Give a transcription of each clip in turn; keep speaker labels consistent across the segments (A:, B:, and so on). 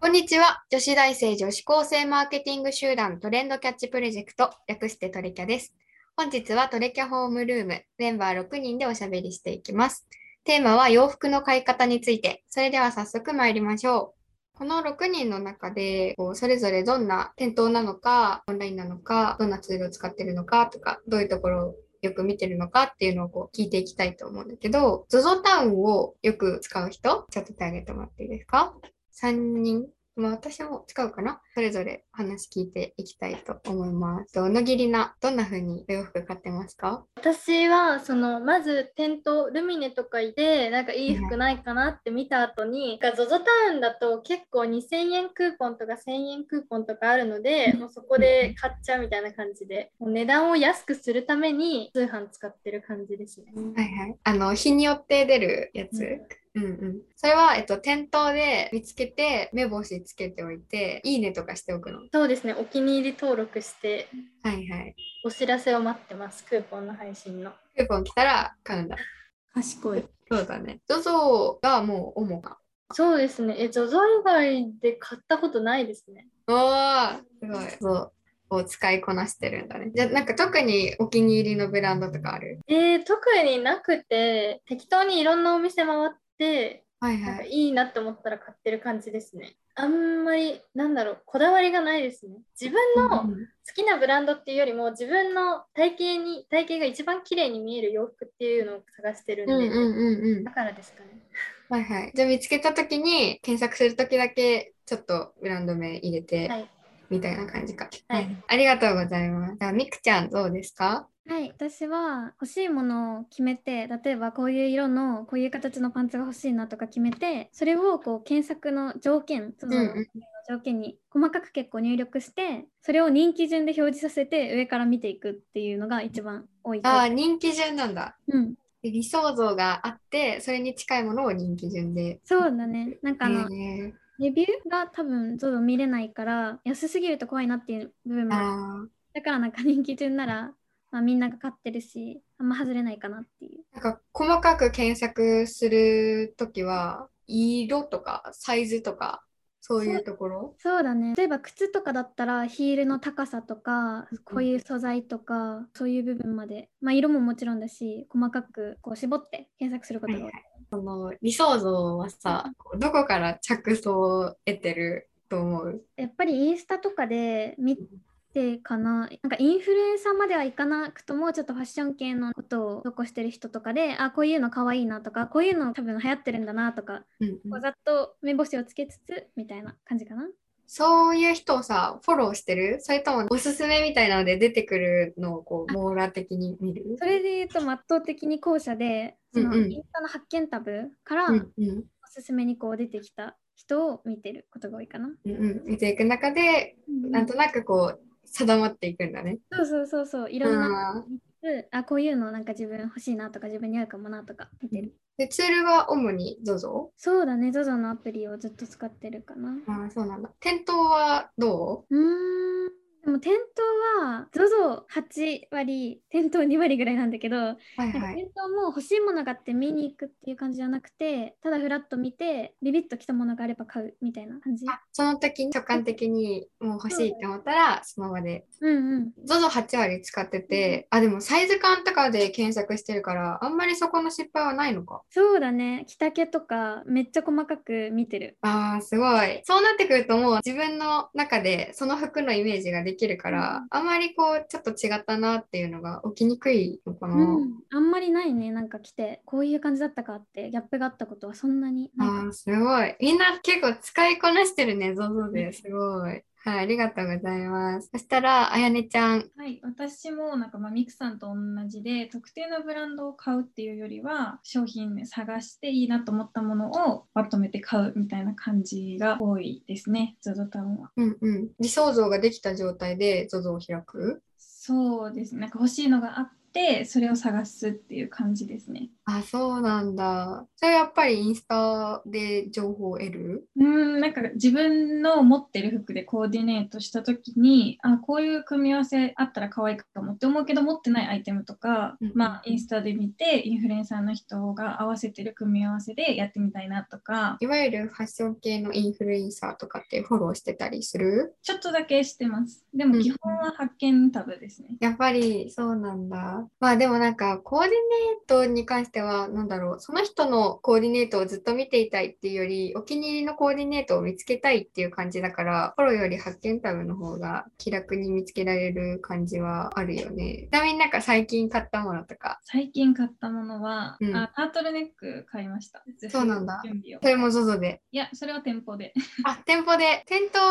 A: こんにちは。女子大生女子高生マーケティング集団トレンドキャッチプロジェクト、略してトレキャです。本日はトレキャホームルーム、メンバー6人でおしゃべりしていきます。テーマは洋服の買い方について。それでは早速参りましょう。この6人の中で、こうそれぞれどんな店頭なのか、オンラインなのか、どんなツールを使ってるのかとか、どういうところをよく見てるのかっていうのをこう聞いていきたいと思うんだけど、ZOZO タウンをよく使う人、ちょっと手挙げてもらっていいですか ?3 人、まあ私も使うかなそれぞれ話聞いていきたいと思います。と野切な、どんな風にお洋服買ってますか
B: 私はそのまず店頭ルミネとかでなんかいい服ないかなって見た後に、なんか ZOZO タウンだと結構2000円クーポンとか1000円クーポンとかあるのでもうそこで買っちゃうみたいな感じでもう値段を安くするために通販使ってる感じですね。
A: はいはい。あの、日によって出るやつ。うんうん。それは、えっと、店頭で見つけて、目星つけておいて、いいねとかしておくの。は
B: そうですねお気に入り登録して
A: いはい。
B: お知らせを待ってますクーポンの配信の。
A: クーポン来たら買うんだ。
C: 賢い。
A: そうだね。ZOZO がもう主か。
B: そうですねえ ZOZO 以外で買ったことないですね。
A: おー、すごい。そう。を使いこなしてるんだね。じゃあ、なんか特にお気に入りのブランドとかある
B: えー、特になくて適当にいろんなお店回って
A: はい
B: なん
A: は
B: か
A: い。
B: いいなって思ったら買ってる感じですね。あんまりなんだろうこだわりがないですね。自分の好きなブランドっていうよりも自分の体型に体型が一番綺麗に見える洋服っていうのを探してるん
A: う
B: で、
A: んうんうんうん。
B: だからですかね。
A: はいはい。じゃあ見つけたときに検索するときだけちょっとブランド名入れて、
B: はい
A: みたいな感じか。
B: はい。
A: ありがとうございます。じゃあみくちゃんどうですか
C: はい、私は欲しいものを決めて、例えばこういう色のこういう形のパンツが欲しいなとか決めて、それをこう検索の条件、その
A: うんうん
C: 条件に細かく結構入力して、それを人気順で表示させて上から見ていくっていうのが一番多いです。
A: ああ、人気順なんだ。
C: うん、
A: で理想像があって、それに近いものを人気順で。
C: そうだね。なんかあの、
A: え
C: レビューが多分どう見れないから、安すぎると怖いなっていう部分
A: ー、
C: もある
A: あー
C: だからなんか人気順なら、まあ、みんなが買ってるし、あんま外れないかなっていう。
A: なんか細かく検索するときは、色とかサイズとか、そういうところ
C: そうだね例えば靴とかだったらヒールの高さとかこういう素材とかそういう部分まで、まあ、色ももちろんだし細かくこう絞って検索することが多い、
A: はい理想像はさ、どこから着想を得てると思う
C: やっぱりインスタとかで見てかななんかインフルエンサーまではいかなくともちょっとファッション系のことを残してる人とかであこういうの可愛いなとかこういうの多分流行ってるんだなとか
A: うんうん
C: こうざっと目星をつけつつみたいな感じかな
A: そういう人をさ、フォローしてるそれともおすすめみたいなので出てくるのをこう網羅的に見る
C: それで言うと圧倒的に後者でその
A: うんうん
C: インスタの発見タブから、
A: うんうん
C: おすすめにこう出てきた人を見てることが多いかな。
A: うんうん見ていく中で、なんとなくこう、定まっていくんだね。
C: そうそうそうそういろんな、
A: あー
C: あこういうのなんか自分欲しいなとか自分に合うかもなとか見てる。
A: でツールは主に ZOZO?
C: そうだね ZOZO のアプリをずっと使ってるかな。
A: あーそうなんだ。店頭はど
C: うーんでも店頭は ZOZO8 割店頭2割ぐらいなんだけど、
A: うはい
C: なん
A: は
C: か
A: い。
C: 店頭も欲しいものがあって見に行くっていう感じじゃなくてただフラッと見てビビッときたものがあれば買うみたいな感じ。
A: あその時に直感的にもう欲しいって思ったらその場で
C: うんうん。
A: ZOZO8 割使ってて、あでもサイズ感とかで検索してるからあんまりそこの失敗はないのか
C: そうだね着丈とかめっちゃ細かく見てる。
A: あーすごいそうなってくるともう自分の中でその服のイメージができるから、
C: うん
A: あんまりこうちょっと違ったなっていうのが起きにくいのかな、
C: うん、あんまりないねなんか来てこういう感じだったかってギャップがあったことはそんなにないか
A: あーすごいみんな結構使いこなしてるね ZOZO ですごいはいありがとうございますそしたらあやねちゃん
D: はい、私もなんかまあミクさんと同じで特定のブランドを買うっていうよりは商品名探していいなと思ったものをまとめて買うみたいな感じが多いですね ZOZO タウンは。
A: うんうん理想像ができた状態で ZOZO を開く
D: そうですねなんか欲しいのがあってそれを探すっていう感じですね。
A: あ、そうなんだ。それやっぱりインスタで情報を得る
D: うーん、なんか自分の持ってる服でコーディネートした時にあこういう組み合わせあったら可愛いかもって思うけど持ってないアイテムとか、
A: うん
D: まあ、インスタで見てインフルエンサーの人が合わせてる組み合わせでやってみたいなとか
A: いわゆるファッション系のインフルエンサーとかってフォローしてたりする
D: ちょっとだけしてますでも基本は発見タブですね、
A: やっぱりそうなんだ。まあでもなんかコーディネートに関してはなんだろう、その人のコーディネートをずっと見ていたいっていうより、お気に入りのコーディネートを見つけたいっていう感じだから、フォローより発見タブの方が気楽に見つけられる感じはあるよね。ちなみになんか最近買ったものとか、
D: 最近買ったものは、
A: うん
D: あタートルネック買いました
A: そうなんだ
D: 準備を
A: それも ZOZO で。
D: いやそれは店舗で
A: あ、店舗で。店頭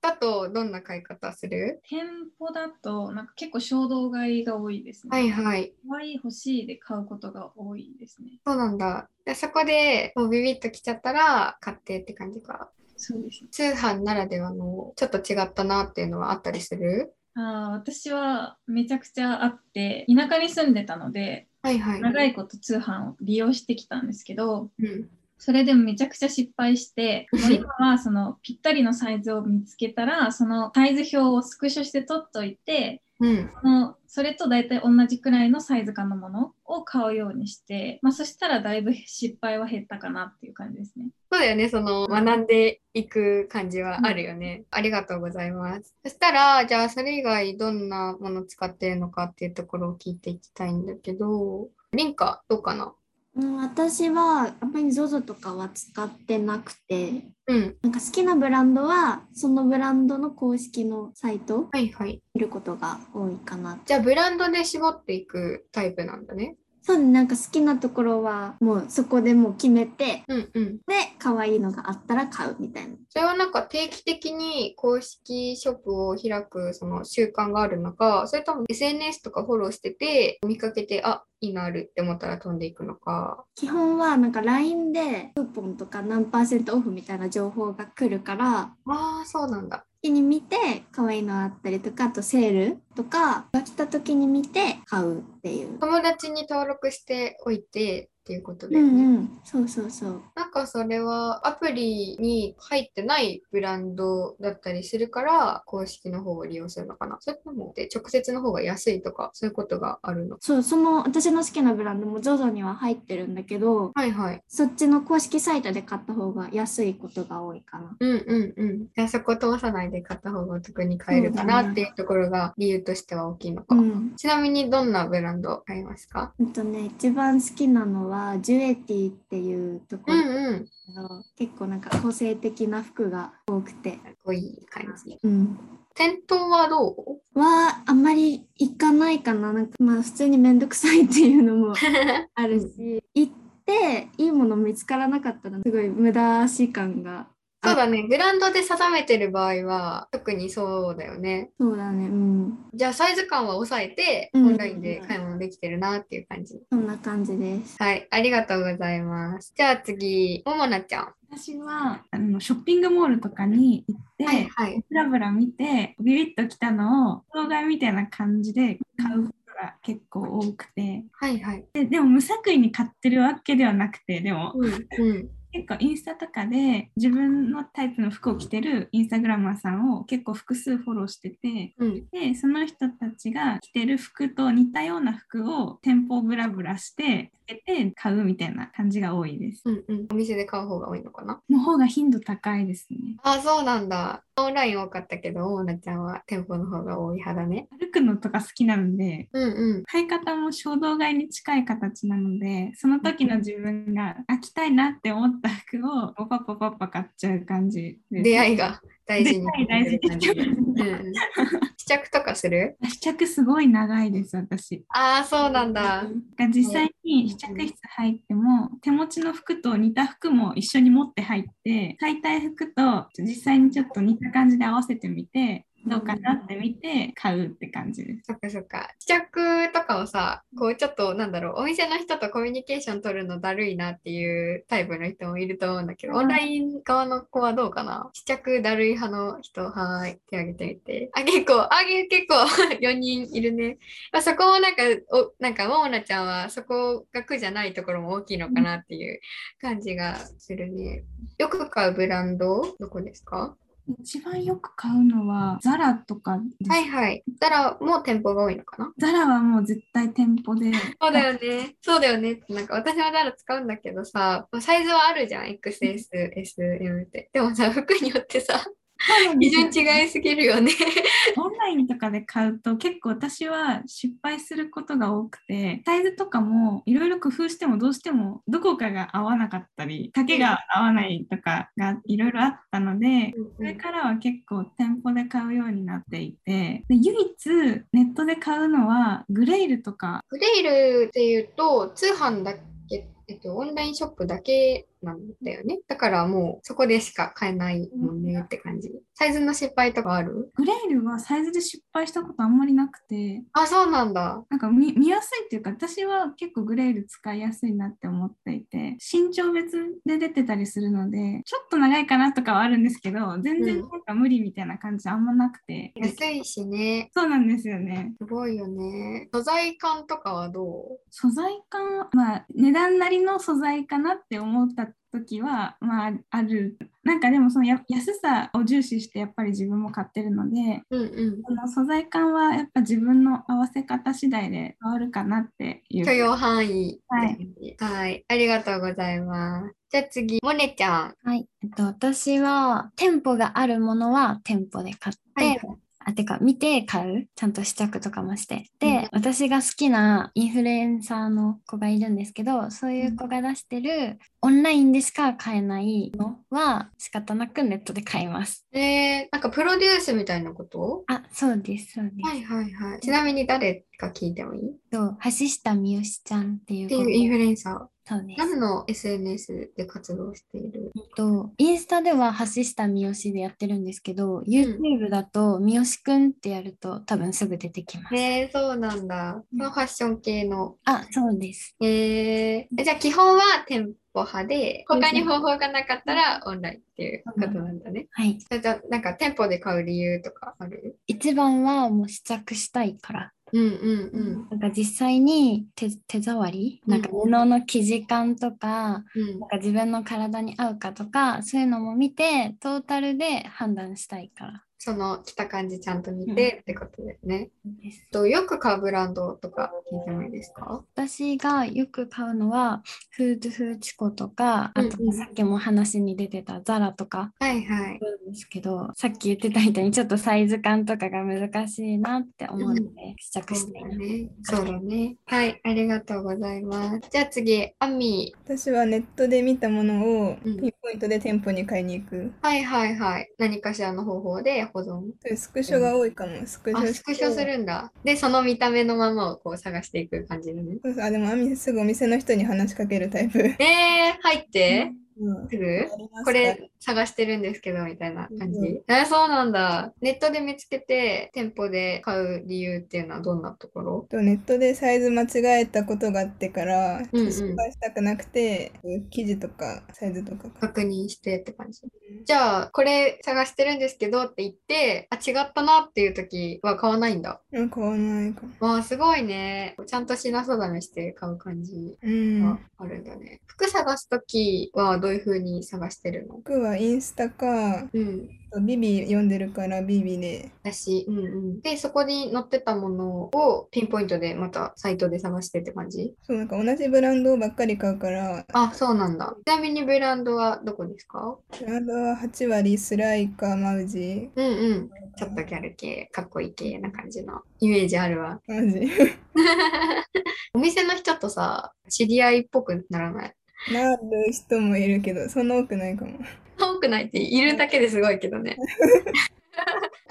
A: だとどんな買い方する
D: 店舗だとなんか結構衝動買いが多いですね、
A: はいはい。
D: 可愛い欲しいで買うことが多いですね
A: そうなんだ。でそこでもうビビッときちゃったら買ってって感じか。
D: そうですね
A: 通販ならではのちょっと違ったなっていうのはあったりする
D: あー私はめちゃくちゃあって田舎に住んでたので
A: はいはい。
D: 長いこと通販を利用してきたんですけど
A: うん。
D: それでもめちゃくちゃ失敗 してもう今はそのぴったりのサイズを見つけたらそのサイズ表をスクショして取っといて
A: うん。
D: そのそれと大体同じくらいのサイズ感のものを買うようにして、まあ、そしたらだいぶ失敗は減ったかなっていう感じですね。
A: そうだよね、その学んでいく感じはあるよね。ありがとうございます。そしたら、じゃあそれ以外どんなもの使ってるのかっていうところを聞いていきたいんだけど、リンカどうかな
E: うん、私はあんまり ZOZO とかは使ってなくて
A: うん。
E: なんか好きなブランドはそのブランドの公式のサイトを
A: はいはい。
E: 見ることが多いかな
A: じゃあブランドで絞っていくタイプなんだね。
E: そうねなんか好きなところはもうそこでもう決めて
A: うんうん。
E: で可愛いのがあったら買うみたいな
A: それはなんか定期的に公式ショップを開くその習慣があるのか、それとも SNS とかフォローしてて見かけて、あ、いいのあるって思ったら飛んでいくのか。
E: 基本はなんか LINE でクーポンとか何パーセントオフみたいな情報が来るから
A: ああ、そうなんだ。
E: 一気に見て可愛いのあったりとかあとセールとかが来た時に見て買うっていう。
A: 友達に登録しておいてっていうこと
E: う
A: で、ね
E: んうん、そうそうそう。
A: なんかそれはアプリに入ってないブランドだったりするから、公式の方を利用するのかな。それともで直接の方が安いとか、そういうことがあるの。
E: そう、その私の好きなブランドも ZOZO には入ってるんだけど、
A: はいはい。
E: そっちの公式サイトで買った方が安いことが多いかな。
A: うんうんうん。じゃあそこ通さないで買った方がお得に買えるかなっていうところが理由としては大きいのか。
E: うん。
A: ちなみにどんなブランド買いますか
E: うんとね、一番好きなのはジュエティっていうとこ
A: うん
E: ろ、
A: うん。
E: 結構なんか個性的な服が多くて、
A: かっこいい感じ。
E: うん。
A: 店頭はどう
E: はあんまり行かないかな。なんかまあ普通にめんどくさいっていうの もあるし、行っていいもの見つからなかったらすごい無駄足感が。
A: そうだね。ブランドで定めてる場合は特にそうだよね。
E: そうだね、うん。
A: じゃあサイズ感は抑えてオ
E: うん
A: ンラインで買い物できてるなっていう感じ。
E: そんな感じです。
A: はい。ありがとうございます。じゃあ次、ももなちゃん。
F: 私はあのショッピングモールとかに行って、
A: はいはい。
F: ブラブラ見てビビッときたのを動画みたいな感じで買うことが結構多くて
A: はいはい。
F: ででも無作為に買ってるわけではなくてでも
A: うんうん。
F: 結構インスタとかで自分のタイプの服を着てるインスタグラマーさんを結構複数フォローしてて
A: うん。
F: でその人たちが着てる服と似たような服を店舗をブラブラしてつけて買うみたいな感じが多いです。
A: うんうん。お店で買う方が多いのかな
F: の方が頻度高いですね。
A: あ、そうなんだ。オンライン多かったけど、オーナちゃんは店舗の方が多い派だね。
F: 歩くのとか好きなので
A: うんうん。
F: 買い方も衝動買いに近い形なのでその時の自分が飽きたいなって思った服をポパポパパ買っちゃう感じです
A: 出会いが大事に。
F: 出会い大事に
A: うんうん。試着とかする
F: 試着すごい長いです私
A: ああ、そうなんだ。
F: が実際に試着室入っても手持ちの服と似た服も一緒に持って入って買いたい服と実際にちょっと似た感じで合わせてみてどうかなって見て買うって感じです。
A: そっかそっか。試着とかをさ、こうちょっとなんだろう、お店の人とコミュニケーション取るのだるいなっていうタイプの人もいると思うんだけど、オンライン側の子はどうかな試着だるい派の人、はーい、手挙げてみて。あ、結構、あ、げ結構、4人い るね。まあ、そこもなんか、おなんか、ももなちゃんはそこが苦じゃないところも大きいのかなっていう感じがするね。よく買うブランド、どこですか
F: 一番よく買うのはザラとかです
A: はいはい。だから、もう店舗が多いのかな
F: ザラはもう絶対店舗で
A: そうだよね。そうだよねって。なんか私はだら使うんだけどさ、まあサイズはあるじゃん。XS、SM って。でもさ、服によってさ、基準違いすぎるよね。
F: オンラインとかで買うと結構私は失敗することが多くてサイズとかもいろいろ工夫してもどうしてもどこかが合わなかったり丈が合わないとかがいろいろあったのでそれからは結構店舗で買うようになっていてで唯一ネットで買うのはグレイルとか
A: グレイルっていうと、通販だけ、えっと、オンラインショップだけなんだよね。だからもうそこでしか買えないもんねって感じ。サイズの失敗とかある
F: グレイルはサイズで失敗したことあんまりなくて
A: あ、そうなんだ。
F: なんか見見やすいっていうか私は結構グレール使いやすいなって思っていて身長別で出てたりするのでちょっと長いかなとかはあるんですけど全然
A: うん
F: なんか無理みたいな感じあんまなくて、
A: 安いしね。
F: そうなんですよね
A: すごいよね。素材感とかはど
F: 素材感はまあ値段なりの素材かなって思った時はまああるなんかでもそのや安さを重視してやっぱり自分も買ってるので
A: ううんうん。
F: その素材感はやっぱ自分の合わせ方次第で変わるかなっていう
A: 許容範囲。
F: はい
A: はい。ありがとうございます。じゃあ次、モネちゃん。
G: はい、えっと、私は店舗があるものは店舗で買って、
A: はい
G: あてか見て買うちゃんと試着とかもしてで、
A: うん
G: 私が好きなインフルエンサーの子がいるんですけどそういう子が出してるオンラインでしか買えないのは仕方なくネットで買います
A: えー、なんかプロデュースみたいなこと
G: あそうですそうです、
A: はいはいはい。ちなみに誰か聞いてもいいっ
G: と橋下美由ちゃんっていう
A: て
G: 子
A: いうインフルエンサ
G: そうで
A: ー。
G: す
A: 何の SNS で活動している
G: えっとインスタでは橋下三好でやってるんですけど、YouTube だと三好くんってやると多分すぐ出てきます。
A: えー、そうなんだ。そのファッション系の。
G: あ、そうです。
A: えー、じゃあ基本は店舗派で、他に方法がなかったらオンラインっていうことなんだね。
G: はい。
A: じゃあ、なんか店舗で買う理由とかある
G: 一番はもう試着したいから。
A: うんうんうん。
G: なんか実際に手手触り、
A: うん
G: なんか布の生地感とか、
A: うん
G: なんか自分の体に合うかとか、そういうのも見て、トータルで判断したいから。
A: その着た感じちゃんと見てってことだよね。
G: です
A: とよく買うブランドとか聞いてもいいですか
G: 私がよく買うのは、フーズフーチコとか、あと
A: うんうん
G: さっきも話に出てたザラとか、
A: はいは
G: 思
A: い。
G: うんですけどさっき言ってたみたいにちょっとサイズ感とかが難しいなって思うので、試着
A: そう
G: したい
A: だ
G: な。
A: ね。そうだね。はい、ありがとうございます。じゃあ次、アミ。
H: 私はネットで見たものを
A: う
H: ピ
A: ん
H: ンポイントで店舗に買いに行く。
A: はいはいはい。何かしらの方法で保存。
H: そうスクショが多いかも。スクシ
A: あ、
H: ョ
A: スクショす
H: して。
A: るんだ。で、その見た目のままをこう探していく感じだね。
H: そうそうあでもあみすぐお店の人に話しかける タイプ。
A: えー、入って
H: うん
A: すぐ
H: ありますか
A: これ探してるんですけどみたいな感じ。えそうなんだ。ネットで見つけて店舗で買う理由っていうのはどんなところ
H: とネットでサイズ間違えたことがあってから、
A: うんうん
H: 失敗したくなくて生地とかサイズとか
A: 確認してって感じ。じゃあこれ探してるんですけどって言ってあ違ったなっていう時は買わないんだ。
H: うん買わないかも
A: わあすごいね。ちゃんと品定めして買う感じ
H: うん
A: があるんだね。服探す時はどういう風に探してるの
H: 僕はインスタか
A: うん。
H: ビビ読んでるからビビで
A: だし、うんうん、でそこに載ってたものをピンポイントでまたサイトで探してって感じ
H: そうなんか同じブランドばっかり買うから
A: あ、そうなんだ。ちなみにブランドはどこですか
H: ブランドは8割スライカマウジ
A: うんうん。ちょっとギャル系、かっこいい系な感じのイメージあるわ。
H: マジ
A: お店の人とさ、知り合いっぽくならない。
H: なる人もいるけどそんな多くないかも
A: 多くないっているだけですごいけどね。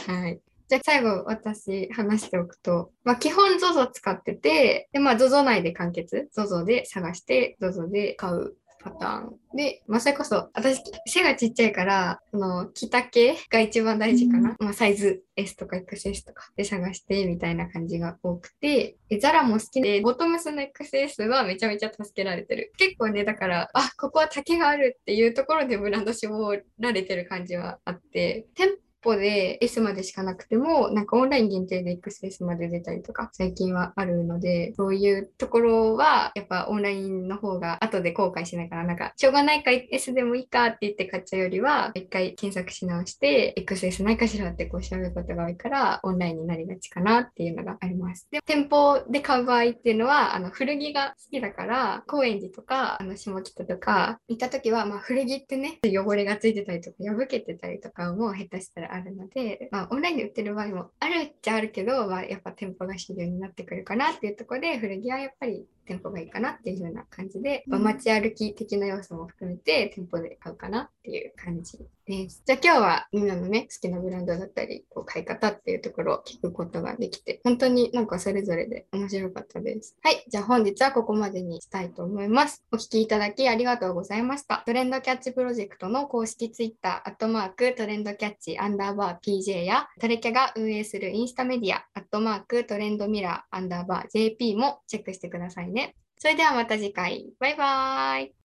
A: はい。じゃあ最後私話しておくと、まあ、基本 ZOZO 使ってて、でまあ ZOZO 内で完結、ZOZO で探して、ZOZO で買う。パターン。で、まあ、それこそ、私、背がちっちゃいから、あの、着丈が一番大事かな。まあ、サイズ S とか XS とかで探して、みたいな感じが多くて、でザラも好きで、ボトムスの XS はめちゃめちゃ助けられてる。結構ね、だから、あ、ここは丈があるっていうところでブランド絞られてる感じはあって、店舗で S までしかなくても、なんかオンライン限定で XS まで出たりとか、最近はあるので、そういうところは、やっぱオンラインの方が後で後悔しながら、なんか、しょうがないか S でもいいかって言って買っちゃうよりは、一回検索し直して、XS ないかしらってこう調べることが多いから、オンラインになりがちかなっていうのがあります。で、店舗で買う場合っていうのは、あの、古着が好きだから、高円寺とか、あの、下北とか、行った時は、まあ、古着ってね、汚れがついてたりとか、破けてたりとかも下手したらあるので、まあ、オンラインで売ってる場合もあるっちゃあるけど、まあ、やっぱ店舗が主流になってくるかなっていうところで、古着はやっぱり店舗がいいかなっていうような感じで、まあ街歩き的な要素も含めて店舗で買うかなっていう感じです。じゃあ今日はみんなのね、好きなブランドだったり、こう買い方っていうところを聞くことができて、本当になんかそれぞれで面白かったです。はい、じゃあ本日はここまでにしたいと思います。お聞きいただきありがとうございました。トレンドキャッチプロジェクトの公式ツイッター、アットマークトレンドキャッチアンダーバー PJ や、トレキャが運営するインスタメディア、アットマークトレンドミラーアンダーバー JP もチェックしてくださいね。それではまた次回。バイバーイ。